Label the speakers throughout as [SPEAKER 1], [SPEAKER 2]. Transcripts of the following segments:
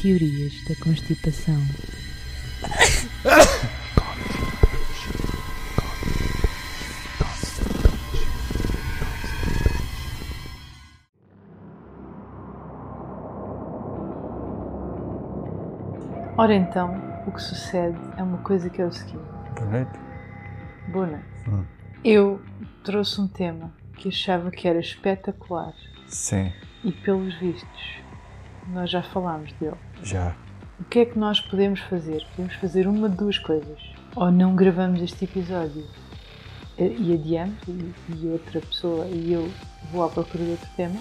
[SPEAKER 1] Teorias da constipação.
[SPEAKER 2] Ora então, o que sucede é uma coisa que é o seguinte.
[SPEAKER 3] Boa noite.
[SPEAKER 2] Boa noite.
[SPEAKER 3] Hum.
[SPEAKER 2] Eu trouxe um tema que achava que era espetacular
[SPEAKER 3] Sim,
[SPEAKER 2] e, pelos vistos, nós já falámos dele.
[SPEAKER 3] já.
[SPEAKER 2] O que é que nós podemos fazer? Podemos fazer uma de duas coisas. Ou não gravamos este episódio eh, e adiamos, e, e outra pessoa e eu vou à procura de outro tema.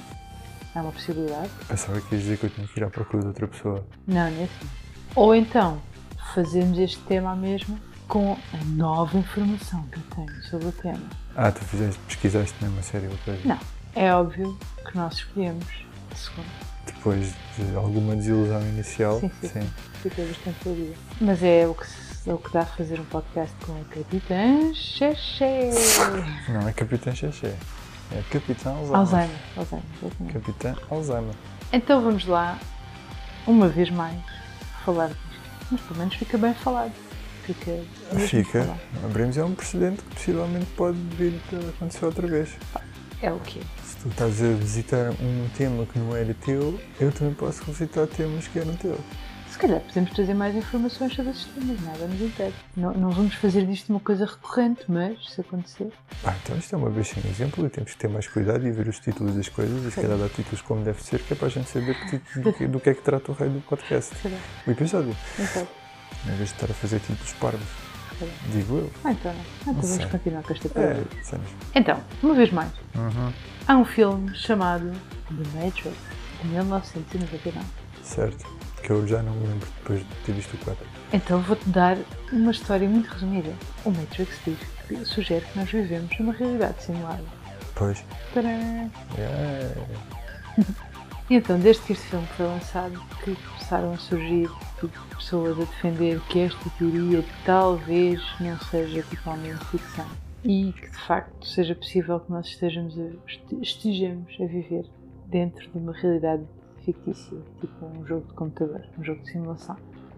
[SPEAKER 2] É uma possibilidade.
[SPEAKER 3] Pensava que ia dizer que eu tinha que ir à procura de outra pessoa.
[SPEAKER 2] Não, não é assim. Ou então, fazemos este tema mesmo com a nova informação que eu tenho sobre o tema.
[SPEAKER 3] Ah, tu fizeste, pesquisaste mesmo a sério a coisa.
[SPEAKER 2] Não, é óbvio que nós escolhemos a segunda.
[SPEAKER 3] Depois de alguma desilusão inicial.
[SPEAKER 2] Sim, sim. Fiquei bastante feliz. Mas é o que, se- é o que dá a fazer um podcast com a Capitã Xexé.
[SPEAKER 3] Não é Capitã Xexé. É Capitão Alzheimer.
[SPEAKER 2] Alzheimer, Alzheimer, exatamente.
[SPEAKER 3] Capitã Alzheimer.
[SPEAKER 2] Então vamos lá, uma vez mais, falar disto. Mas pelo menos fica bem falado. Fica. mesmo
[SPEAKER 3] Fica.
[SPEAKER 2] falado.
[SPEAKER 3] Abrimos é um precedente que possivelmente pode vir a acontecer outra vez.
[SPEAKER 2] É o quê?
[SPEAKER 3] Se tu estás a visitar um tema que não era teu, eu também posso visitar temas que eram teu.
[SPEAKER 2] Se calhar podemos trazer mais informações sobre esses temas, nada nos impede. Não, não vamos fazer disto uma coisa recorrente, mas se acontecer,
[SPEAKER 3] Ah, então isto é uma vez sem exemplo e temos que ter mais cuidado e ver os títulos das coisas e se calhar dar títulos como deve ser, que é para a gente saber que título- do, que, do que é que trata o rei do podcast.
[SPEAKER 2] se calhar,
[SPEAKER 3] O episódio.
[SPEAKER 2] não sei.
[SPEAKER 3] Em vez de estar a fazer títulos parvos.
[SPEAKER 2] calhar.
[SPEAKER 3] Digo eu.
[SPEAKER 2] Ah, então não. Ah, então vamos
[SPEAKER 3] sei.
[SPEAKER 2] continuar com esta
[SPEAKER 3] É,
[SPEAKER 2] pergunta.
[SPEAKER 3] sabes?
[SPEAKER 2] Então, uma vez mais,
[SPEAKER 3] Uhum.
[SPEAKER 2] há um filme chamado The Matrix, de 1999.
[SPEAKER 3] Certo. Que eu já não me lembro depois de ter visto o quadro.
[SPEAKER 2] Então vou-te dar uma história muito resumida. O Matrix diz que sugere que nós vivemos numa realidade simulada.
[SPEAKER 3] Pois.
[SPEAKER 2] Tcharam!
[SPEAKER 3] É.
[SPEAKER 2] E então, desde que este filme foi lançado, que começaram a surgir tipo, pessoas a defender que esta teoria talvez não seja totalmente ficção. E que de facto seja possível que nós estejamos a, este- estejamos a viver dentro de uma realidade fictícia, tipo um jogo de computador, um jogo de simulação,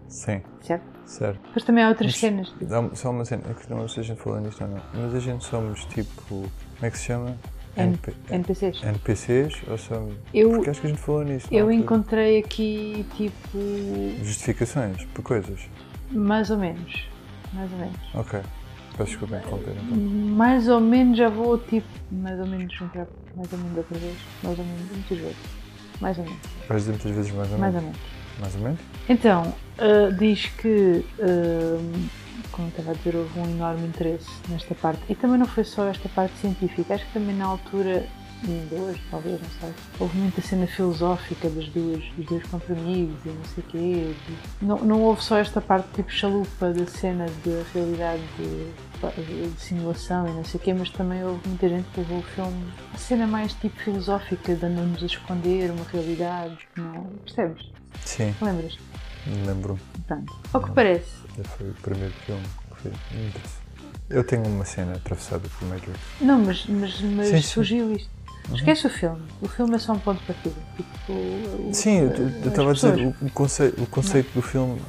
[SPEAKER 3] Sim.
[SPEAKER 2] certo?
[SPEAKER 3] Certo.
[SPEAKER 2] Mas também há outras
[SPEAKER 3] Mas-
[SPEAKER 2] cenas, tipo,
[SPEAKER 3] Dá-me Só uma cena. É que não sei se a gente falou nisto ou não. Mas a gente somos tipo. Como é que se chama?
[SPEAKER 2] N-
[SPEAKER 3] NP
[SPEAKER 2] NPCs.
[SPEAKER 3] NPCs ou somos.
[SPEAKER 2] Eu-
[SPEAKER 3] É. Porque acho que a gente falou nisto.
[SPEAKER 2] Eu
[SPEAKER 3] na altura.
[SPEAKER 2] encontrei aqui, tipo,
[SPEAKER 3] Justificações por coisas.
[SPEAKER 2] mais ou menos, mais ou menos.
[SPEAKER 3] Ok. Peço desculpa em interromper então.
[SPEAKER 2] Mais ou menos já vou tipo. Mais ou menos juntar. Mais ou menos outra vez. Mais ou menos muitas vezes. Mais ou menos.
[SPEAKER 3] Vais dizer muitas vezes mais ou
[SPEAKER 2] Mais
[SPEAKER 3] menos.
[SPEAKER 2] ou menos.
[SPEAKER 3] Mais ou menos?
[SPEAKER 2] Então, ah, diz que. ah, como eu estava a dizer, houve um enorme interesse nesta parte. E também não foi só esta parte científica. Acho que também na altura. E ainda hoje, talvez, não sei. Houve muita cena filosófica das duas, dos dois comprimidos e não sei o quê. de- Não, não houve só esta parte tipo chalupa da cena de realidade de, de- de simulação e não sei o quê, mas também houve muita gente que levou o filme a cena mais tipo filosófica de andar-nos a esconder uma realidade que não. Percebes?
[SPEAKER 3] Sim.
[SPEAKER 2] Lembras?
[SPEAKER 3] Lembro.
[SPEAKER 2] Pronto. Ao que parece,
[SPEAKER 3] Foi o primeiro filme que foi interessante. Eu tenho uma cena atravessada por Matrix.
[SPEAKER 2] não, mas, mas, mas
[SPEAKER 3] Sim, Uhum. sim.
[SPEAKER 2] surgiu isto. Esquece o filme. O filme é só um ponto de partida. Tipo, o-
[SPEAKER 3] Sim, eu- eu
[SPEAKER 2] as
[SPEAKER 3] eu estava a dizer,
[SPEAKER 2] pessoas.
[SPEAKER 3] o, o conceito, o conceito do filme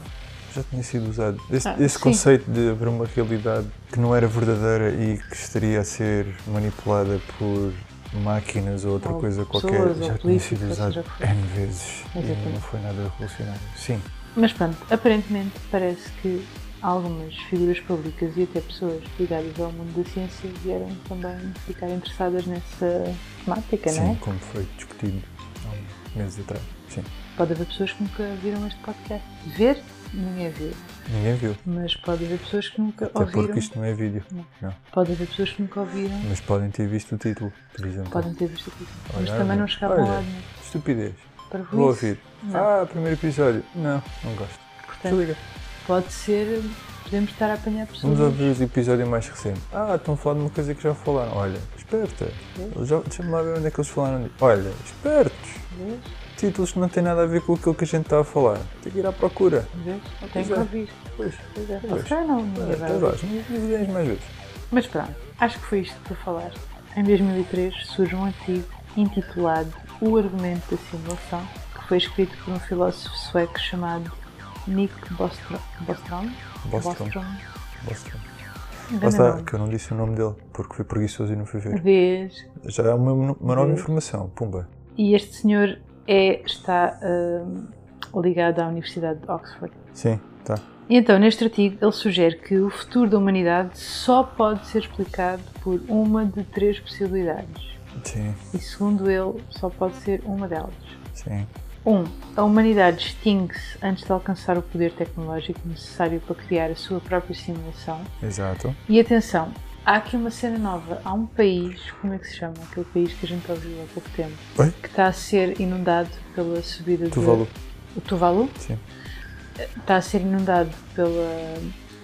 [SPEAKER 3] já tinha sido usado. Esse,
[SPEAKER 2] Ah,
[SPEAKER 3] esse
[SPEAKER 2] sim.
[SPEAKER 3] conceito de haver uma realidade que não era verdadeira e que estaria a ser manipulada por máquinas ou outra
[SPEAKER 2] Ou
[SPEAKER 3] coisa
[SPEAKER 2] pessoas,
[SPEAKER 3] qualquer
[SPEAKER 2] ou
[SPEAKER 3] já tinha
[SPEAKER 2] políticos,
[SPEAKER 3] sido
[SPEAKER 2] ou seja
[SPEAKER 3] usado
[SPEAKER 2] o que for.
[SPEAKER 3] N vezes e
[SPEAKER 2] Exatamente.
[SPEAKER 3] não foi nada revolucionário. Sim,
[SPEAKER 2] Mas pronto, aparentemente parece que algumas figuras públicas e até pessoas ligadas ao mundo da ciência vieram também ficar interessadas nessa temática,
[SPEAKER 3] sim,
[SPEAKER 2] não é?
[SPEAKER 3] como foi discutido há uns meses atrás. Sim,
[SPEAKER 2] Pode haver pessoas que nunca viram este podcast. Ver, ninguém viu.
[SPEAKER 3] ninguém viu.
[SPEAKER 2] Mas pode haver pessoas que nunca
[SPEAKER 3] Até
[SPEAKER 2] ouviram.
[SPEAKER 3] porque isto não é vídeo.
[SPEAKER 2] Não.
[SPEAKER 3] Não.
[SPEAKER 2] Pode haver pessoas que nunca ouviram.
[SPEAKER 3] Mas podem ter visto o título, por exemplo.
[SPEAKER 2] Podem ter visto aqui. Mas
[SPEAKER 3] Olhar,
[SPEAKER 2] também não chegavam
[SPEAKER 3] olha,
[SPEAKER 2] lá nenhum.
[SPEAKER 3] Estupidez.
[SPEAKER 2] Para
[SPEAKER 3] Vou ouvir.
[SPEAKER 2] Não.
[SPEAKER 3] Ah, primeiro episódio. Não, não gosto.
[SPEAKER 2] Portanto,
[SPEAKER 3] Desliga.
[SPEAKER 2] pode ser, podemos estar a apanhar pessoas.
[SPEAKER 3] Vamos ouvir o episódio mais recente. Ah, estão a falar de uma coisa que já falaram. Olha, esperta. Eles Já, deixa-me lá ver onde é que eles falaram. disso. Olha, espertos.
[SPEAKER 2] Vês?
[SPEAKER 3] Títulos que não têm nada a ver com aquilo que a gente está a falar. Tem que ir à procura.
[SPEAKER 2] Vês? Tem
[SPEAKER 3] Pois
[SPEAKER 2] que
[SPEAKER 3] é.
[SPEAKER 2] ouvir.
[SPEAKER 3] Pois.
[SPEAKER 2] Pois é.
[SPEAKER 3] Pois.
[SPEAKER 2] Se calhar não,
[SPEAKER 3] Ah,
[SPEAKER 2] ninguém vai
[SPEAKER 3] Então
[SPEAKER 2] ouvir.
[SPEAKER 3] vais, não dividimos mais vezes.
[SPEAKER 2] Mas pronto, acho que foi isto que tu falaste. Em 2003 surge um artigo intitulado O Argumento da Simulação, que foi escrito por um filósofo sueco chamado Nick Bostrom. Bostrom?
[SPEAKER 3] Bostrom. Bostrom.
[SPEAKER 2] Grande
[SPEAKER 3] Lá está,
[SPEAKER 2] nome.
[SPEAKER 3] que eu não disse o nome dele, porque fui preguiçoso e não fui ver.
[SPEAKER 2] Vês?
[SPEAKER 3] Já é uma, uma nova
[SPEAKER 2] Uhum.
[SPEAKER 3] informação, pumba.
[SPEAKER 2] E este senhor é, está hum, ligado à Universidade de Oxford.
[SPEAKER 3] Sim, tá.
[SPEAKER 2] E então, neste artigo, ele sugere que o futuro da humanidade só pode ser explicado por uma de três possibilidades.
[SPEAKER 3] Sim,
[SPEAKER 2] E segundo ele, só pode ser uma delas.
[SPEAKER 3] sim.
[SPEAKER 2] 1. Um, a humanidade extingue-se antes de alcançar o poder tecnológico necessário para criar a sua própria simulação.
[SPEAKER 3] Exato.
[SPEAKER 2] E atenção, há aqui uma cena nova. Há um país, como é que se chama? Aquele país que a gente ouviu há pouco tempo,
[SPEAKER 3] Oi?
[SPEAKER 2] que está a ser inundado pela subida do.
[SPEAKER 3] Tuvalu,
[SPEAKER 2] O Tuvalu?
[SPEAKER 3] sim.
[SPEAKER 2] Está a ser inundado pela.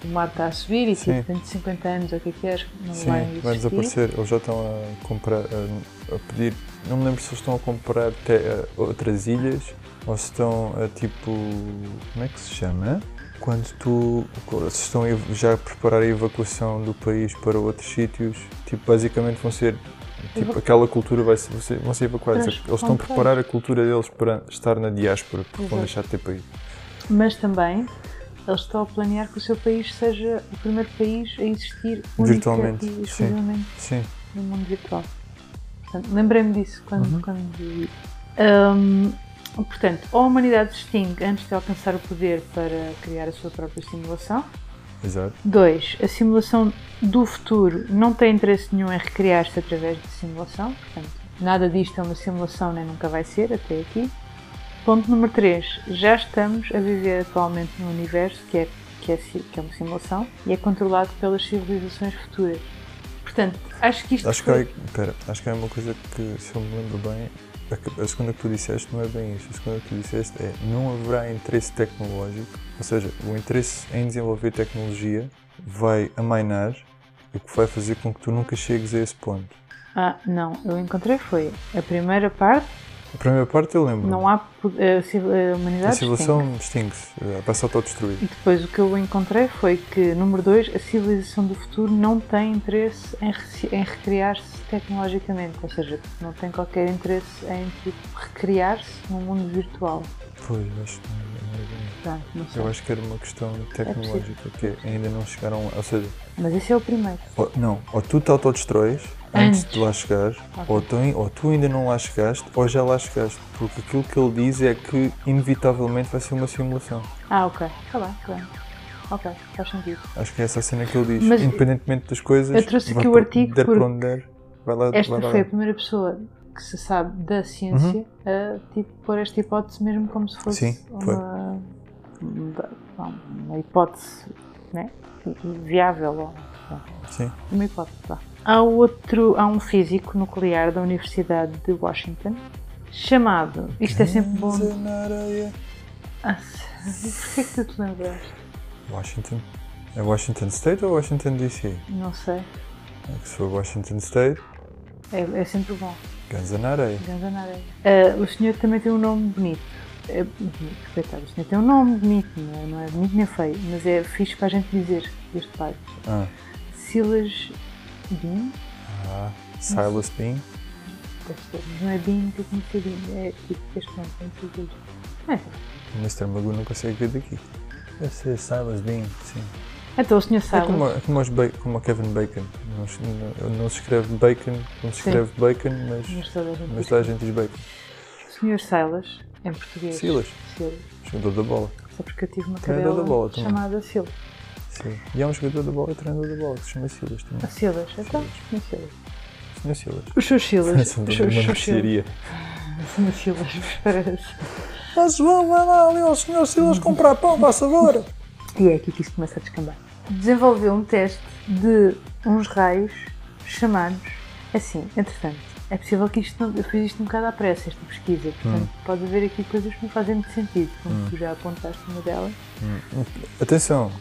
[SPEAKER 2] O mar está a subir e
[SPEAKER 3] Sim.
[SPEAKER 2] tipo, dentro de 50 anos, ou o que é que é, acho que não vai
[SPEAKER 3] Sim,
[SPEAKER 2] existir.
[SPEAKER 3] vai desaparecer. Eles já estão a comprar, a, a pedir. Não me lembro se eles estão a comprar até eh, outras ilhas ou se estão a tipo. Como é que se chama? Quando tu. Se estão a ev- já a preparar a evacuação do país para outros sítios, tipo, basicamente vão ser. Tipo,
[SPEAKER 2] Evacu-
[SPEAKER 3] aquela cultura vai ser, vão ser- vão ser evacuados. Eles estão a
[SPEAKER 2] Transplantados.
[SPEAKER 3] preparar a cultura deles para estar na diáspora, porque vão
[SPEAKER 2] Exato.
[SPEAKER 3] deixar de ter país.
[SPEAKER 2] Mas também, eles estão a planear que o seu país seja o primeiro país a existir única
[SPEAKER 3] Virtualmente,
[SPEAKER 2] e
[SPEAKER 3] sim.
[SPEAKER 2] exclusivamente
[SPEAKER 3] Sim,
[SPEAKER 2] no mundo virtual. Portanto, lembrei-me disso quando,
[SPEAKER 3] Uhum.
[SPEAKER 2] quando vi. Hum, portanto, ou a humanidade se extingue antes de alcançar o poder para criar a sua própria simulação.
[SPEAKER 3] exato.
[SPEAKER 2] 2. A simulação do futuro não tem interesse nenhum em recriar-se através de simulação. Portanto, nada disto é uma simulação nem nunca vai ser até aqui. Ponto número 3. Já estamos a viver atualmente num universo que é, que é, si- que é uma simulação e é controlado pelas civilizações futuras. Portanto, acho que isto
[SPEAKER 3] Acho que, é- há,
[SPEAKER 2] foi-
[SPEAKER 3] pera, acho que há uma coisa que, se eu me lembro bem, a que- a segunda que tu disseste não é bem isso. A segunda que tu disseste é não haverá interesse tecnológico, ou seja, o interesse em desenvolver tecnologia vai amainar, o que vai fazer com que tu nunca chegues a esse ponto.
[SPEAKER 2] Ah, não, eu encontrei foi a primeira parte,
[SPEAKER 3] A primeira parte eu lembro.
[SPEAKER 2] não há eh, po- a civil- a
[SPEAKER 3] A
[SPEAKER 2] humanidade extingue.
[SPEAKER 3] civilização extingue-se, eh, vai se autodestruir.
[SPEAKER 2] E depois o que eu encontrei foi que, número 2, a civilização do futuro não tem interesse em, reci- em recriar-se tecnologicamente, ou seja, não tem qualquer interesse em tipo, recriar-se num mundo virtual.
[SPEAKER 3] Pois, acho que não não é bem.
[SPEAKER 2] Pronto, não sei.
[SPEAKER 3] Eu acho que era uma questão
[SPEAKER 2] É
[SPEAKER 3] tecnológica, que é, ainda não chegaram lá. Ou seja,
[SPEAKER 2] Mas esse é o primeiro.
[SPEAKER 3] Ou- não, ou tu te autodestróis antes de
[SPEAKER 2] Antes.
[SPEAKER 3] lá chegar, ou, tu, ai- ou tu ainda não lá chegaste, ou já lá chegaste. Porque aquilo que ele diz é que inevitavelmente vai ser uma simulação.
[SPEAKER 2] Ah, ok. Está bem, está bem. Ok, faz sentido.
[SPEAKER 3] Acho que é essa a cena que ele diz.
[SPEAKER 2] Mas-
[SPEAKER 3] Independentemente das coisas,
[SPEAKER 2] Eu trouxe
[SPEAKER 3] vai
[SPEAKER 2] aqui o
[SPEAKER 3] por-
[SPEAKER 2] artigo
[SPEAKER 3] der
[SPEAKER 2] porque
[SPEAKER 3] para onde der, vai lá,
[SPEAKER 2] Esta
[SPEAKER 3] vai lá.
[SPEAKER 2] foi a primeira pessoa que se sabe da ciência a tipo, pôr esta hipótese mesmo como se fosse
[SPEAKER 3] Uhum. Sim, foi.
[SPEAKER 2] uma, uma, uma hipótese né? viável. ou-
[SPEAKER 3] Sim,
[SPEAKER 2] Uma hipótese, vá. Há outro, há um físico nuclear da Universidade de Washington chamado. Isto é sempre bom.
[SPEAKER 3] Cinza na areia.
[SPEAKER 2] Ah, Porquê que tu te lembraste?
[SPEAKER 3] Washington. É Washington State ou Washington DC?
[SPEAKER 2] Não sei.
[SPEAKER 3] É que se for Washington State,
[SPEAKER 2] É, é sempre bom.
[SPEAKER 3] Ganza na areia.
[SPEAKER 2] Ganda na areia. Ah, o senhor também tem um nome bonito. É bonito, coitado. O senhor tem um nome bonito, não é, não é bonito nem feio, mas é fixe para a gente dizer este pai.
[SPEAKER 3] Ah,
[SPEAKER 2] Silas Bean?
[SPEAKER 3] ah, Silas Bean.
[SPEAKER 2] Deve ser. mas Não é Bean, tem que ser Bean. É tipo este nome, tem que ser Bean. É.
[SPEAKER 3] O Mr. Magoo não consegue ver daqui. Deve ser Silas Bean, sim.
[SPEAKER 2] Então o senhor
[SPEAKER 3] É
[SPEAKER 2] sabe.
[SPEAKER 3] como, é como, os ba- como o Kevin Bacon. Não, se- não- não se escreve bacon, não se
[SPEAKER 2] Sim.
[SPEAKER 3] escreve bacon, mas,
[SPEAKER 2] Mas toda a gente
[SPEAKER 3] mas
[SPEAKER 2] diz
[SPEAKER 3] toda a gente diz bacon.
[SPEAKER 2] Senhor Silas, em português.
[SPEAKER 3] Silas.
[SPEAKER 2] Silas.
[SPEAKER 3] Jogador da bola.
[SPEAKER 2] Só porque eu tive uma
[SPEAKER 3] Treinador
[SPEAKER 2] cadela
[SPEAKER 3] da bola então. também.
[SPEAKER 2] chamada Silas.
[SPEAKER 3] Sim. E há um jogador da bola e treinador da bola que se chama Silas
[SPEAKER 2] A
[SPEAKER 3] também.
[SPEAKER 2] Silas, então, Sr. Silas.
[SPEAKER 3] Senhor Silas.
[SPEAKER 2] Os seus Silas.
[SPEAKER 3] Parece um
[SPEAKER 2] Os
[SPEAKER 3] nome de
[SPEAKER 2] seus
[SPEAKER 3] uma
[SPEAKER 2] seus Silas.
[SPEAKER 3] mercearia.
[SPEAKER 2] Sr. Silas, parece.
[SPEAKER 3] Mas João, vai lá ali ao Senhor Silas comprar pão para sabor.
[SPEAKER 2] E é aqui que isto começa a descambar. Desenvolveu um teste de uns raios chamados. Assim, entretanto, é possível que isto não. Eu fiz isto um bocado à pressa, esta pesquisa, portanto,
[SPEAKER 3] Hum.
[SPEAKER 2] pode haver aqui coisas que não fazem muito sentido, como tu já apontaste uma delas.
[SPEAKER 3] Atenção,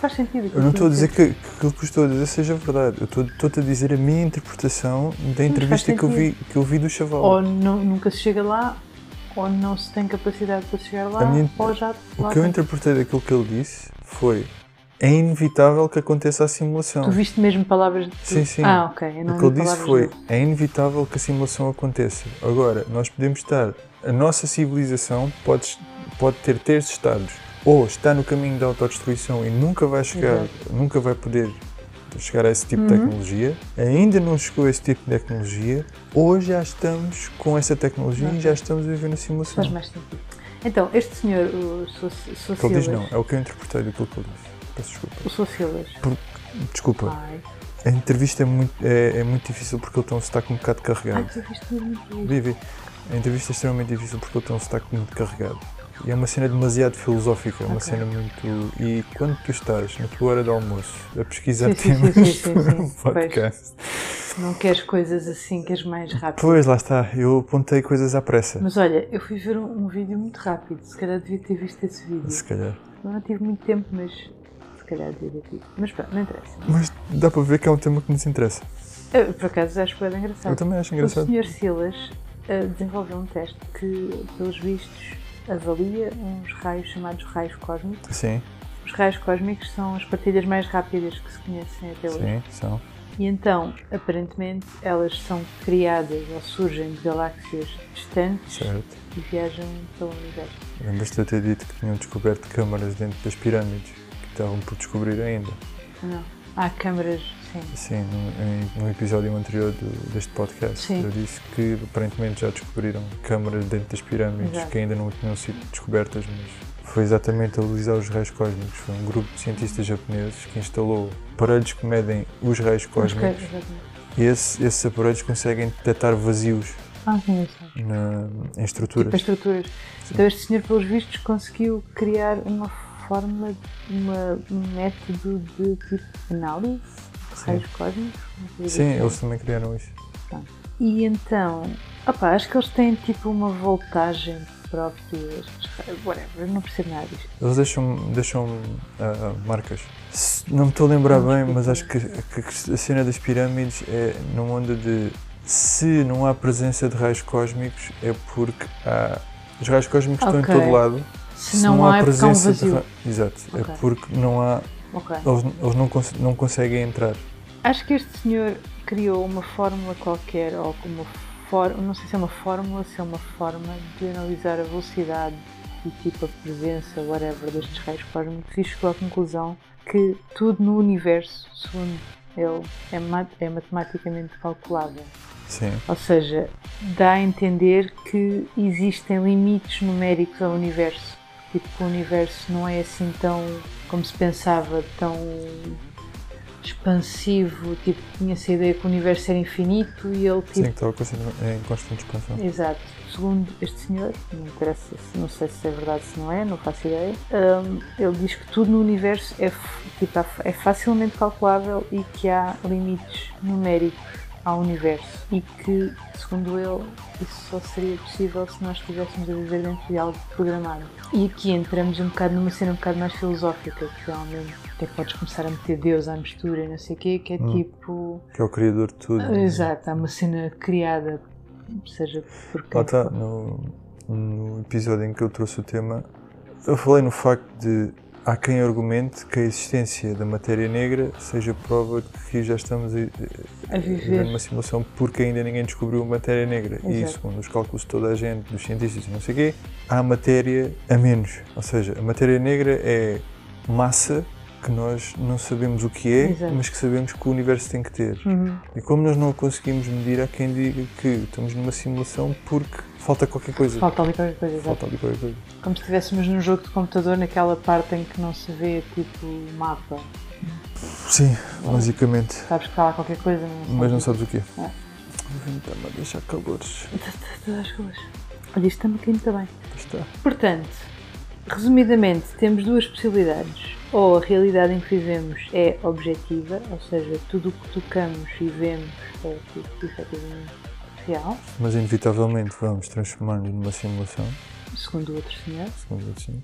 [SPEAKER 2] Faz sentido aqui.
[SPEAKER 3] eu não estou a dizer que, que aquilo que eu estou a dizer seja verdade. Eu estou- estou-te a dizer a minha interpretação da entrevista que eu, vi, que eu vi do Chaval.
[SPEAKER 2] Ou não- nunca se chega lá, ou não se tem capacidade para chegar lá,
[SPEAKER 3] A minha-
[SPEAKER 2] ou já.
[SPEAKER 3] O
[SPEAKER 2] lá
[SPEAKER 3] que eu
[SPEAKER 2] tem-
[SPEAKER 3] interpretei daquilo que ele disse foi: é inevitável que aconteça a simulação.
[SPEAKER 2] Tu viste mesmo palavras de.
[SPEAKER 3] Sim, sim.
[SPEAKER 2] Ah, ok. Eu não
[SPEAKER 3] o que ele
[SPEAKER 2] vi
[SPEAKER 3] disse
[SPEAKER 2] palavras
[SPEAKER 3] foi:
[SPEAKER 2] dele.
[SPEAKER 3] é inevitável que a simulação aconteça. Agora, nós podemos estar a nossa civilização pode, pode ter três estados. Ou está no caminho da autodestruição e nunca vai chegar, nunca vai poder chegar a esse tipo
[SPEAKER 2] Uhum.
[SPEAKER 3] de tecnologia, ainda não chegou a esse tipo de tecnologia, ou já estamos com essa tecnologia e já estamos a viver na simulação.
[SPEAKER 2] Faz mais sentido. Então, este senhor, o Soci-
[SPEAKER 3] O que ele diz
[SPEAKER 2] Socilas.
[SPEAKER 3] não, é o que eu interpretei do que ele disse. Peço desculpa.
[SPEAKER 2] O Socilas.
[SPEAKER 3] Desculpa,
[SPEAKER 2] Ai,
[SPEAKER 3] a entrevista é muito, é, é muito difícil porque ele tem um sotaque um bocado
[SPEAKER 2] ai,
[SPEAKER 3] carregado.
[SPEAKER 2] tu viste muito isto.
[SPEAKER 3] Vivi, a entrevista é extremamente difícil porque ele tem um sotaque muito carregado. E é uma cena demasiado filosófica, é uma
[SPEAKER 2] Ok.
[SPEAKER 3] cena muito. E quando tu estás na tua hora de almoço a
[SPEAKER 2] Sim,
[SPEAKER 3] pesquisar
[SPEAKER 2] sim, sim,
[SPEAKER 3] temas
[SPEAKER 2] sim, sim,
[SPEAKER 3] para
[SPEAKER 2] sim.
[SPEAKER 3] um
[SPEAKER 2] Pois.
[SPEAKER 3] podcast.
[SPEAKER 2] Não queres coisas assim, queres mais rápido.
[SPEAKER 3] Pois, lá está, eu apontei coisas à pressa.
[SPEAKER 2] Mas olha, eu fui ver um, um vídeo muito rápido. Se calhar devia ter visto esse
[SPEAKER 3] Se
[SPEAKER 2] vídeo.
[SPEAKER 3] calhar.
[SPEAKER 2] Eu não tive muito tempo, mas se calhar devia ter tido. Mas pronto, não interessa.
[SPEAKER 3] Mas dá para ver que é um tema que nos interessa.
[SPEAKER 2] Eu, por acaso acho que era
[SPEAKER 3] Eu
[SPEAKER 2] engraçado.
[SPEAKER 3] também acho
[SPEAKER 2] O
[SPEAKER 3] engraçado.
[SPEAKER 2] Sr. Silas eh, desenvolveu um teste que, pelos vistos, avalia uns raios chamados raios cósmicos.
[SPEAKER 3] Sim,
[SPEAKER 2] Os raios cósmicos são as partilhas mais rápidas que se conhecem até hoje.
[SPEAKER 3] sim, são.
[SPEAKER 2] E então, aparentemente, elas são criadas ou surgem de galáxias distantes
[SPEAKER 3] Certo.
[SPEAKER 2] e viajam pelo universo.
[SPEAKER 3] Lembras-te de eu ter dito que tinham descoberto câmaras dentro das pirâmides, que estavam por descobrir ainda.
[SPEAKER 2] Não. Há câmaras, sim.
[SPEAKER 3] Sim, no, em- no episódio anterior do- deste podcast,
[SPEAKER 2] Sim.
[SPEAKER 3] eu disse que aparentemente já descobriram câmaras dentro das pirâmides
[SPEAKER 2] Exato.
[SPEAKER 3] que ainda não tinham sido descobertas, mas foi exatamente a analisar os raios cósmicos. Foi um grupo de cientistas japoneses que instalou aparelhos que medem os
[SPEAKER 2] Mas
[SPEAKER 3] raios
[SPEAKER 2] que-
[SPEAKER 3] cósmicos
[SPEAKER 2] exatamente.
[SPEAKER 3] e esse- esses aparelhos conseguem detectar vazios
[SPEAKER 2] Ah, sim, sim.
[SPEAKER 3] na, em
[SPEAKER 2] Tipo as
[SPEAKER 3] estruturas.
[SPEAKER 2] estruturas. Então, este senhor, pelos vistos, conseguiu criar uma forma, uma, um método de tipo análise de
[SPEAKER 3] Sim.
[SPEAKER 2] raios cósmicos. uma coisa
[SPEAKER 3] Sim,
[SPEAKER 2] assim.
[SPEAKER 3] eles também criaram isso.
[SPEAKER 2] E então, opá, acho que eles têm tipo uma voltagem própria. estes ra- Whatever, não percebo nada disto.
[SPEAKER 3] Eles deixam, deixam ah, marcas. Se- Não me estou a lembrar bem, mas acho que, que a cena das pirâmides é numa onda de se não há presença de raios cósmicos é porque há. Os raios cósmicos
[SPEAKER 2] Ok.
[SPEAKER 3] estão em todo lado.
[SPEAKER 2] Se, não, há, é porque há um vazio.
[SPEAKER 3] ra- Exato.
[SPEAKER 2] Ok.
[SPEAKER 3] É porque não há.
[SPEAKER 2] Ok.
[SPEAKER 3] Eles, eles não, cons- não conseguem entrar.
[SPEAKER 2] Acho que este senhor criou uma fórmula qualquer, ou como for, não sei se é uma fórmula, se é uma forma de analisar a velocidade e tipo a presença, whatever, destes raios cósmicos e chegou à conclusão que tudo no universo, segundo ele, é, ma- é matematicamente calculável.
[SPEAKER 3] Sim.
[SPEAKER 2] Ou seja, dá a entender que existem limites numéricos ao universo. Tipo, que o universo não é assim tão, como se pensava, tão expansivo. Tipo, tinha-se a ideia que o universo era infinito e ele,
[SPEAKER 3] Sim,
[SPEAKER 2] tipo,
[SPEAKER 3] é que estava constante- em constante expansão.
[SPEAKER 2] Exato. Segundo este senhor, não, interessa se- não sei se é verdade se não é, não faço ideia, hum, ele diz que tudo no universo é, f- tipo, há f- é facilmente calculável e que há limites numéricos ao universo e que, segundo ele, isso só seria possível se nós estivéssemos a viver dentro de algo programado. E aqui entramos um bocado numa cena um bocado mais filosófica, que realmente até podes começar a meter Deus à mistura, e não sei o quê, que é tipo...
[SPEAKER 3] Que é o criador de tudo.
[SPEAKER 2] Exato, há uma cena criada, seja por quem
[SPEAKER 3] Lá está, no, no episódio em que eu trouxe o tema, eu falei no facto de há quem argumente que a existência da matéria negra seja prova de que já estamos a,
[SPEAKER 2] a
[SPEAKER 3] viver
[SPEAKER 2] viver.
[SPEAKER 3] numa simulação porque ainda ninguém descobriu a matéria negra. E
[SPEAKER 2] Exato.
[SPEAKER 3] segundo os cálculos de toda a gente, dos cientistas e não sei o quê, há matéria a menos. Ou seja, a matéria negra é massa que nós não sabemos o que é,
[SPEAKER 2] Exato.
[SPEAKER 3] mas que sabemos que o universo tem que ter.
[SPEAKER 2] Uhum.
[SPEAKER 3] E como nós não a conseguimos medir, há quem diga que estamos numa simulação porque falta qualquer coisa.
[SPEAKER 2] Falta ali qualquer coisa, exato.
[SPEAKER 3] Falta ali qualquer coisa.
[SPEAKER 2] Como se estivéssemos num jogo de computador naquela parte em que não se vê tipo o mapa.
[SPEAKER 3] Sim, basicamente.
[SPEAKER 2] Sabes que está lá qualquer coisa, mas não
[SPEAKER 3] Mas não
[SPEAKER 2] sabes.
[SPEAKER 3] sabes o quê.
[SPEAKER 2] Ah.
[SPEAKER 3] O vinho está-me a deixar calores.
[SPEAKER 2] Todas as coisas. Olha, isto está-me aqui muito bem.
[SPEAKER 3] Pois Está.
[SPEAKER 2] Portanto, resumidamente, temos duas possibilidades. Ou a realidade em que vivemos é objetiva, ou seja, tudo o que tocamos e vemos é tipo, efetivamente real,
[SPEAKER 3] Mas inevitavelmente vamos transformar-nos numa simulação,
[SPEAKER 2] segundo o outro senhor.
[SPEAKER 3] segundo assim.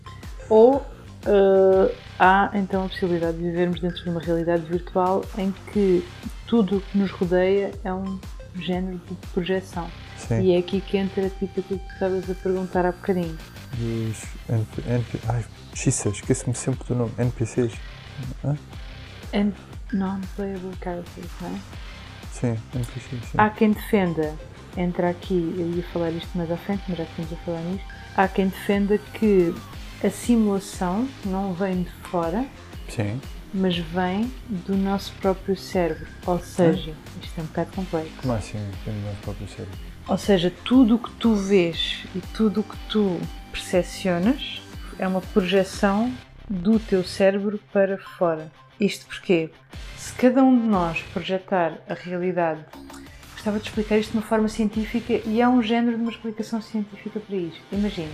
[SPEAKER 2] Ou eh, há então a possibilidade de vivermos dentro de uma realidade virtual em que tudo o que nos rodeia é um género de projeção.
[SPEAKER 3] Sim.
[SPEAKER 2] E é aqui que entra tipo aquilo que tu estavas a perguntar há bocadinho.
[SPEAKER 3] Dos NP... NP... Ai, xissa, esqueço-me sempre do nome. NPCs.
[SPEAKER 2] And non-playable characters, não é?
[SPEAKER 3] Sim, NPCs. Sim.
[SPEAKER 2] Ah. Há quem defenda entra aqui, eu ia falar isto mais à frente, mas já estamos a falar nisto. Há quem defenda que a simulação não vem de fora,
[SPEAKER 3] Sim.
[SPEAKER 2] mas vem do nosso próprio cérebro. Ou seja, isto é um bocado complexo.
[SPEAKER 3] Como assim? Depende do nosso próprio cérebro.
[SPEAKER 2] Ou seja, tudo o que tu vês e tudo o que tu percepcionas é uma projeção do teu cérebro para fora. Isto porque se cada um de nós projetar a realidade, gostava de explicar isto de uma forma científica e há um género de uma explicação científica para isto. Imagina,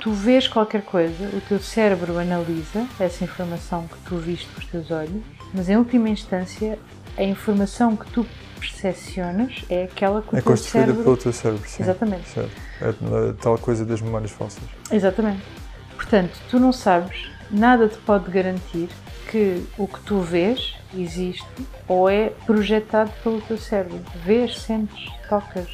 [SPEAKER 2] tu vês qualquer coisa, o teu cérebro analisa essa informação que tu viste com os teus olhos, mas em última instância a informação que tu percepcionas é aquela que o
[SPEAKER 3] É
[SPEAKER 2] teu
[SPEAKER 3] construída
[SPEAKER 2] cérebro
[SPEAKER 3] pelo teu cérebro, sim.
[SPEAKER 2] Exatamente.
[SPEAKER 3] Certo. É, é, tal coisa das memórias falsas.
[SPEAKER 2] Exatamente. Portanto, tu não sabes, nada te pode garantir que o que tu vês existe ou é projetado pelo teu cérebro. Vês, sentes, tocas,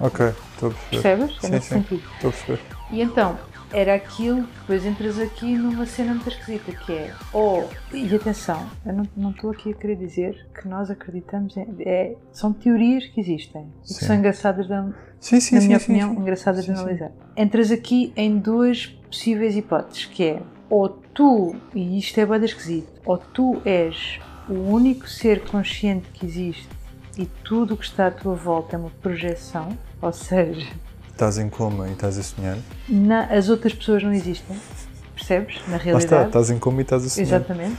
[SPEAKER 3] Ok, estou a perceber.
[SPEAKER 2] percebes? É
[SPEAKER 3] Sim,
[SPEAKER 2] nesse
[SPEAKER 3] sim.
[SPEAKER 2] sentido.
[SPEAKER 3] Estou a perceber.
[SPEAKER 2] E então, era aquilo, depois entras aqui numa cena muito esquisita que é, ou, e atenção, eu não- não estou aqui a querer dizer que nós acreditamos em, é- são teorias que existem, e que
[SPEAKER 3] Sim.
[SPEAKER 2] são engraçadas de,
[SPEAKER 3] Sim, sim,
[SPEAKER 2] na
[SPEAKER 3] sim.
[SPEAKER 2] minha
[SPEAKER 3] sim,
[SPEAKER 2] opinião, é
[SPEAKER 3] sim.
[SPEAKER 2] engraçadas de
[SPEAKER 3] Sim, sim.
[SPEAKER 2] analisar. Entras aqui em duas possíveis hipóteses, que é ou tu, e isto é bem esquisito, ou tu és o único ser consciente que existe e tudo o que está à tua volta é uma projeção, ou seja,
[SPEAKER 3] Estás em coma e estás a sonhar.
[SPEAKER 2] na- as outras pessoas não existem, percebes? Na
[SPEAKER 3] Lá está,
[SPEAKER 2] realidade.
[SPEAKER 3] estás em coma e estás a sonhar.
[SPEAKER 2] Exatamente.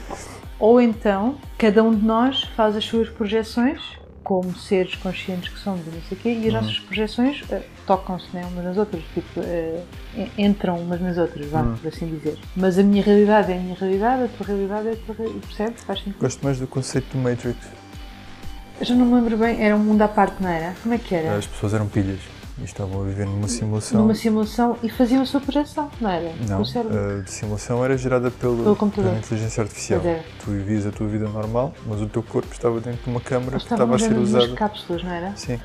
[SPEAKER 2] Ou então, cada um de nós faz as suas projeções, como seres conscientes que somos e não sei o quê, e as
[SPEAKER 3] Uhum.
[SPEAKER 2] nossas projeções eh, tocam-se né, umas nas outras, tipo, eh, en- entram umas nas outras, vá,
[SPEAKER 3] Uhum.
[SPEAKER 2] por assim dizer. Mas a minha realidade é a minha realidade, a tua realidade é a tua realidade, percebes? Faz sentido.
[SPEAKER 3] Gosto mais do conceito do Matrix. Uhum.
[SPEAKER 2] Já não me lembro bem, era um mundo à parte, não era? Como é que era?
[SPEAKER 3] As pessoas eram pilhas e estavam a viver numa simulação.
[SPEAKER 2] Numa simulação e faziam a sua projeção, não era?
[SPEAKER 3] Não, eh,
[SPEAKER 2] O cérebro.
[SPEAKER 3] a simulação era gerada pelo,
[SPEAKER 2] Pelo computador.
[SPEAKER 3] pela inteligência artificial.
[SPEAKER 2] Pois é.
[SPEAKER 3] Tu vivias a tua vida normal, mas o teu corpo estava dentro de uma câmara
[SPEAKER 2] Eles
[SPEAKER 3] que
[SPEAKER 2] estavam
[SPEAKER 3] estava a ser
[SPEAKER 2] dentro de umas
[SPEAKER 3] usada.
[SPEAKER 2] cápsulas, não era?
[SPEAKER 3] Sim.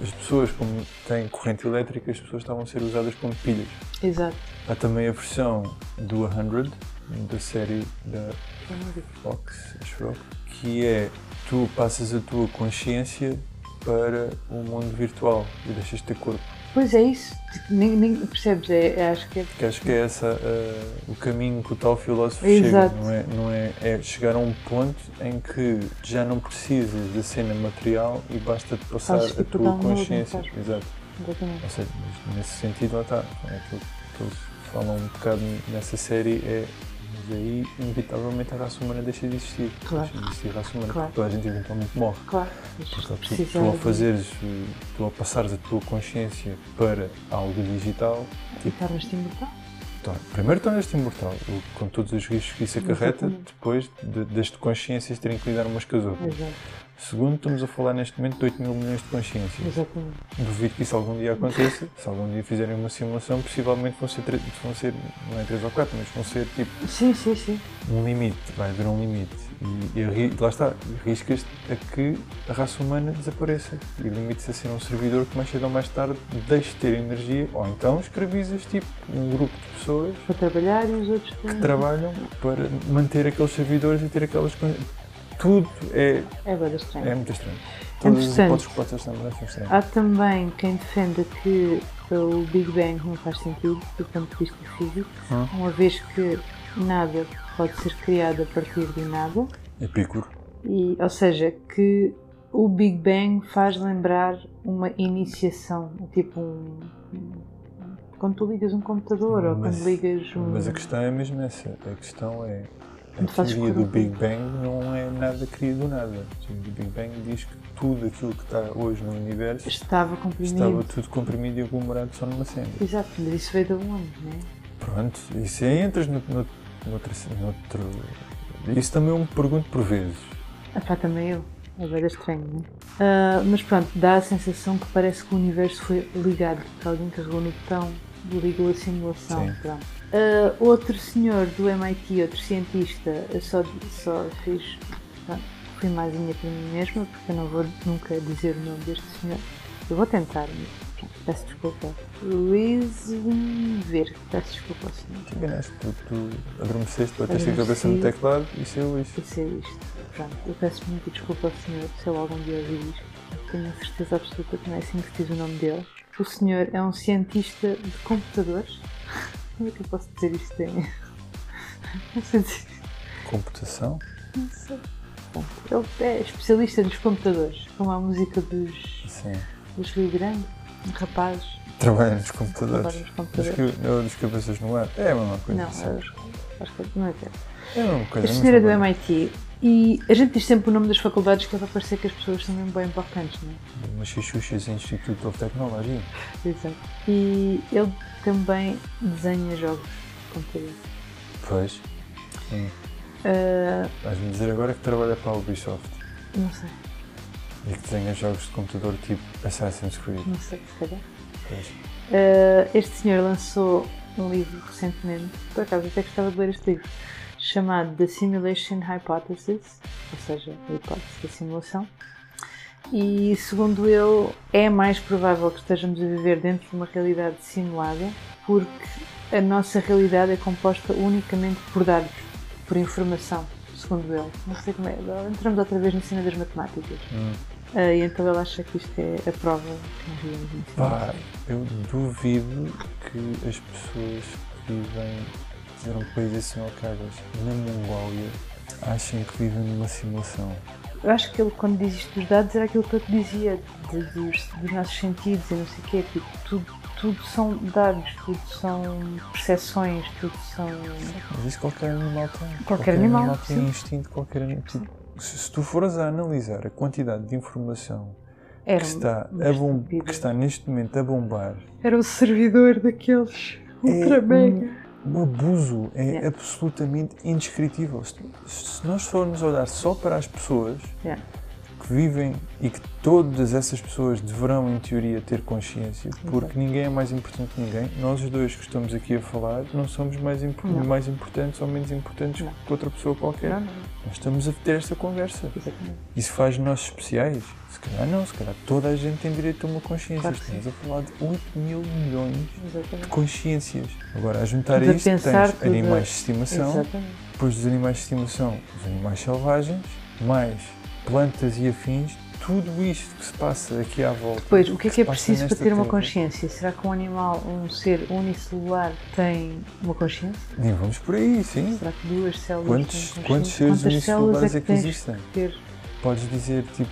[SPEAKER 3] As pessoas, como têm corrente elétrica, as pessoas estavam a ser usadas como pilhas.
[SPEAKER 2] Exato.
[SPEAKER 3] Há também a versão do 100, da série da
[SPEAKER 2] Eu não vi.
[SPEAKER 3] Fox, acho eu, que é tu passas a tua consciência para o mundo virtual e deixas de ter corpo.
[SPEAKER 2] Pois é isso, Tipo, nem, nem- percebes? É- é- acho que é
[SPEAKER 3] Que acho que é essa ah, o caminho que o tal filósofo
[SPEAKER 2] Exato.
[SPEAKER 3] chega, não é? Não é, é chegar a um ponto em que já não precisas da cena material e basta de passar
[SPEAKER 2] Fazes
[SPEAKER 3] a
[SPEAKER 2] tipo
[SPEAKER 3] tua
[SPEAKER 2] download, não
[SPEAKER 3] consciência.
[SPEAKER 2] fazes?
[SPEAKER 3] Exato.
[SPEAKER 2] Exatamente.
[SPEAKER 3] Ou seja, mas nesse sentido lá está. É aquilo que eles falam um bocado nessa série é mas aí inevitavelmente a raça humana deixa de existir.
[SPEAKER 2] Claro.
[SPEAKER 3] Deixa de existir a raça humana,
[SPEAKER 2] Claro.
[SPEAKER 3] porque toda a gente eventualmente morre.
[SPEAKER 2] Claro,
[SPEAKER 3] Portanto, tu- tu,
[SPEAKER 2] precisava
[SPEAKER 3] ao fazeres, eh, tu ao passares a tua consciência para algo digital,
[SPEAKER 2] de tornas-te imortal.
[SPEAKER 3] Então, primeiro tornas-te imortal, o- com todos os riscos que isso acarreta,
[SPEAKER 2] Exatamente.
[SPEAKER 3] depois de, das consciências terem que lidar umas com as outras.
[SPEAKER 2] Exato,
[SPEAKER 3] Segundo, estamos a falar neste momento de 8 mil milhões de consciências.
[SPEAKER 2] exatamente.
[SPEAKER 3] Duvido que isso algum dia aconteça. Se algum dia fizerem uma simulação, possivelmente vão ser, tre- vão ser não é 3 ou 4, mas vão ser tipo
[SPEAKER 2] Sim, sim, sim.
[SPEAKER 3] um limite. Vai haver um limite. E, e arri- lá está, arriscas a que a raça humana desapareça. E limites a ser um servidor que mais cedo ou mais tarde deixe de ter energia, ou então escravizas tipo um grupo de pessoas
[SPEAKER 2] Para trabalhar e os outros
[SPEAKER 3] que
[SPEAKER 2] para-
[SPEAKER 3] trabalham para manter aqueles servidores e ter aquelas coisas. Tudo é,
[SPEAKER 2] É bem estranho.
[SPEAKER 3] é muito estranho. Ah. Todas as
[SPEAKER 2] Interessante.
[SPEAKER 3] hipóteses que podes estar são estranhas.
[SPEAKER 2] Há também quem defenda que o Big Bang não faz sentido do ponto de vista físico,
[SPEAKER 3] Hum.
[SPEAKER 2] uma vez que nada pode ser criado a partir de nada,
[SPEAKER 3] Epicuro.
[SPEAKER 2] e, ou seja, que o Big Bang faz lembrar uma iniciação, tipo um. um- Quando tu ligas um computador ou
[SPEAKER 3] Mas-
[SPEAKER 2] quando ligas um.
[SPEAKER 3] Mas a questão é mesmo essa. A questão é. A
[SPEAKER 2] Não fazes
[SPEAKER 3] teoria do
[SPEAKER 2] curva.
[SPEAKER 3] Big Bang não é nada criado do nada. A teoria do Big Bang diz que tudo aquilo que está hoje no universo
[SPEAKER 2] Estava comprimido.
[SPEAKER 3] estava tudo comprimido e aglomerado só numa cena.
[SPEAKER 2] Exato, mas isso veio da onde, né?
[SPEAKER 3] Pronto, isso aí entras no, no, noutra- noutro. Isso também eu me pergunto por vezes.
[SPEAKER 2] Ah pá, também eu. É bem estranho, né? Ah, mas pronto, dá a sensação que parece que o universo foi ligado, que alguém carregou no botão e ligou a simulação.
[SPEAKER 3] Sim.
[SPEAKER 2] Pronto. Ah, outro senhor do MIT, outro cientista, eu só, só fiz. Pronto, fui mais a minha para mim mesma, porque eu não vou nunca dizer o nome deste senhor. Eu vou tentar, mas pronto, peço desculpa. Luiz Ver, peço desculpa ao senhor.
[SPEAKER 3] Tu enganaste, tu, tu adormeceste, bateste a
[SPEAKER 2] Adormeci.
[SPEAKER 3] cabeça no teclado e saiu isso.
[SPEAKER 2] Isso é isto. Pronto, eu peço muito desculpa ao senhor se ele algum dia ouvir isto. tenho a certeza absoluta que não é assim que se diz o nome dele. O senhor é um cientista de computadores. Como é que eu posso dizer isto em. Não sei dizer.
[SPEAKER 3] Computação?
[SPEAKER 2] Não sei. Bom, Ele é especialista nos computadores, como a música dos,
[SPEAKER 3] Sim.
[SPEAKER 2] dos Rio Grande, um rapazes.
[SPEAKER 3] Trabalha nos computadores.
[SPEAKER 2] Trabalha nos
[SPEAKER 3] Dos,
[SPEAKER 2] computadores.
[SPEAKER 3] que, ou dos cabeças no ar. É a mesma coisa.
[SPEAKER 2] Não,
[SPEAKER 3] sabe?
[SPEAKER 2] acho acho que não é certo.
[SPEAKER 3] É a mesma coisa.
[SPEAKER 2] Este
[SPEAKER 3] não
[SPEAKER 2] senhor é do
[SPEAKER 3] trabalha.
[SPEAKER 2] MIT e a gente diz sempre o nome das faculdades que é para parecer que as pessoas são mesmo bem importantes, não é?
[SPEAKER 3] Massachusetts Institute of Technology.
[SPEAKER 2] Exato. E ele também desenha jogos de computador.
[SPEAKER 3] Pois. Sim.
[SPEAKER 2] Ah,
[SPEAKER 3] Vais-me dizer agora que trabalha para a Ubisoft
[SPEAKER 2] não sei,
[SPEAKER 3] e que desenha jogos de computador tipo Assassin's Creed.
[SPEAKER 2] não sei, se calhar.
[SPEAKER 3] Pois.
[SPEAKER 2] Ah, este senhor lançou um livro recentemente, por acaso até gostava de ler este livro, chamado The Simulation Hypothesis, ou seja, a hipótese da simulação. E segundo ele, é mais provável que estejamos a viver dentro de uma realidade simulada, porque a nossa realidade é composta unicamente por dados, por informação, segundo ele. Não sei como é, entramos outra vez na cena das matemáticas.
[SPEAKER 3] Hum.
[SPEAKER 2] Ah, e então ele acha que isto é a prova que nós vivemos em simulação.
[SPEAKER 3] Pá, eu duvido que as pessoas que vivem num país assim ao caras, na Mongólia, achem que vivem numa simulação.
[SPEAKER 2] Eu acho que ele, quando diz isto dos dados, era aquilo que eu te dizia, de- dos, dos nossos sentidos e não sei o quê. Tipo, tudo, tudo são dados, tudo são percepções, tudo são.
[SPEAKER 3] Mas isso qualquer animal tem. Qualquer,
[SPEAKER 2] animal,
[SPEAKER 3] tem
[SPEAKER 2] sim.
[SPEAKER 3] instinto, qualquer animal. Tipo, se, se tu fores a analisar a quantidade de informação
[SPEAKER 2] Era,
[SPEAKER 3] que está,
[SPEAKER 2] um-
[SPEAKER 3] a bom-
[SPEAKER 2] estúpido.
[SPEAKER 3] que está neste momento a bombar,
[SPEAKER 2] era o servidor daqueles
[SPEAKER 3] É
[SPEAKER 2] ultra
[SPEAKER 3] um-
[SPEAKER 2] mega.
[SPEAKER 3] o abuso é
[SPEAKER 2] Yeah.
[SPEAKER 3] absolutamente indescritível. Se, se nós formos olhar só para as pessoas
[SPEAKER 2] Yeah.
[SPEAKER 3] que vivem e que todas essas pessoas deverão, em teoria, ter consciência, porque ninguém é mais importante que ninguém. Nós os dois que estamos aqui a falar não somos mais, impo-
[SPEAKER 2] Não.
[SPEAKER 3] mais importantes ou menos importantes
[SPEAKER 2] Não.
[SPEAKER 3] que outra pessoa qualquer.
[SPEAKER 2] Não, não,
[SPEAKER 3] Nós estamos a ter esta conversa.
[SPEAKER 2] exatamente.
[SPEAKER 3] Isso faz de nós especiais? Se calhar não, se calhar toda a gente tem direito a uma consciência.
[SPEAKER 2] Claro que
[SPEAKER 3] Estamos a falar de 8 mil milhões de
[SPEAKER 2] exatamente.
[SPEAKER 3] consciências. Agora, a juntar
[SPEAKER 2] De
[SPEAKER 3] a isto, tens
[SPEAKER 2] pensar tudo. é,
[SPEAKER 3] animais de estimação,
[SPEAKER 2] Exatamente.
[SPEAKER 3] depois dos animais de estimação, os animais selvagens, mais plantas e afins, tudo isto que se passa aqui à volta.
[SPEAKER 2] Pois, o que é que é
[SPEAKER 3] se passa
[SPEAKER 2] preciso para
[SPEAKER 3] nesta
[SPEAKER 2] ter uma
[SPEAKER 3] terra.
[SPEAKER 2] consciência? Será que um animal, um ser unicelular, tem uma consciência?
[SPEAKER 3] Nem vamos por aí, sim.
[SPEAKER 2] Será que duas células
[SPEAKER 3] Quantos,
[SPEAKER 2] têm consciência?
[SPEAKER 3] quantos seres
[SPEAKER 2] Quantas células
[SPEAKER 3] unicelulares é que,
[SPEAKER 2] tens
[SPEAKER 3] existem?
[SPEAKER 2] que ter?
[SPEAKER 3] Podes dizer, tipo,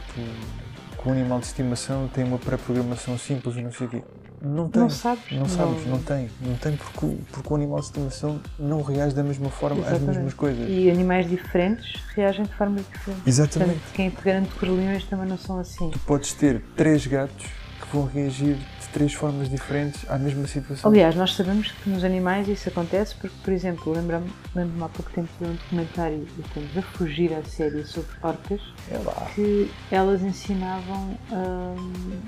[SPEAKER 3] que um animal de estimação tem uma pré-programação simples e não sei o quê. Não tem.
[SPEAKER 2] Não sabes?
[SPEAKER 3] Não sabes, não tem. Não tem porque, o- porque o animal de estimação não reage da mesma forma às
[SPEAKER 2] Exatamente.
[SPEAKER 3] mesmas coisas.
[SPEAKER 2] E animais diferentes reagem de formas diferentes.
[SPEAKER 3] Exatamente.
[SPEAKER 2] Portanto, quem te garante que os leões também não são assim.
[SPEAKER 3] Tu podes ter três gatos que vão reagir de três formas diferentes à mesma situação.
[SPEAKER 2] Aliás, nós sabemos que nos animais isso acontece porque, por exemplo, lembra-me- lembro-me há pouco tempo de um documentário que estamos a fugir à série sobre orcas,
[SPEAKER 3] É lá.
[SPEAKER 2] que elas ensinavam hum,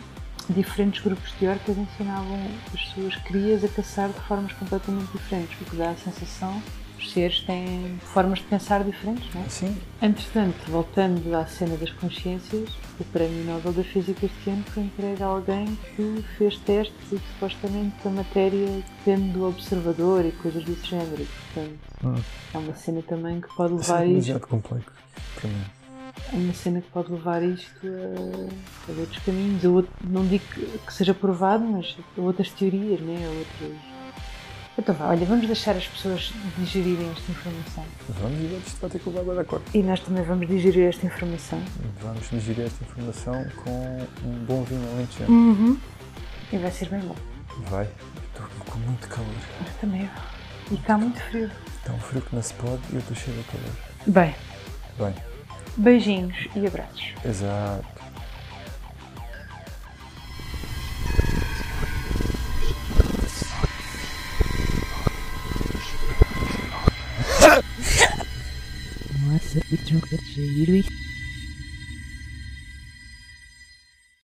[SPEAKER 2] diferentes grupos de orcas ensinavam as suas crias a caçar de formas completamente diferentes, o que dá a sensação que os seres têm formas de pensar diferentes, não é?
[SPEAKER 3] Sim,
[SPEAKER 2] Entretanto, voltando à cena das consciências, o Prémio Nobel da Física este ano foi entregue a alguém que fez testes e que supostamente a matéria depende do observador e coisas desse género. Portanto,
[SPEAKER 3] Hum.
[SPEAKER 2] é uma cena também que pode
[SPEAKER 3] isso é
[SPEAKER 2] levar isto,
[SPEAKER 3] demasiado complexo para mim.
[SPEAKER 2] é uma cena que pode levar isto a, a outros caminhos, a outro- não digo que, que seja provado, mas a outras teorias, né? a outros. Então vá, olha, vamos deixar as pessoas digerirem esta informação.
[SPEAKER 3] Mas Vamos ver, isto vai ter que levar agora a corte.
[SPEAKER 2] E nós também vamos digerir esta informação.
[SPEAKER 3] Vamos digerir esta informação com um bom vinho alentejano.
[SPEAKER 2] Uhum. E vai ser bem bom.
[SPEAKER 3] Vai. Estou com muito calor.
[SPEAKER 2] Mas também. E está muito frio.
[SPEAKER 3] Está um frio que não se pode e eu estou cheio de calor.
[SPEAKER 2] Bem,
[SPEAKER 3] Bem,
[SPEAKER 2] beijinhos e abraços.
[SPEAKER 3] exato.
[SPEAKER 1] Nossa, que troca de giro.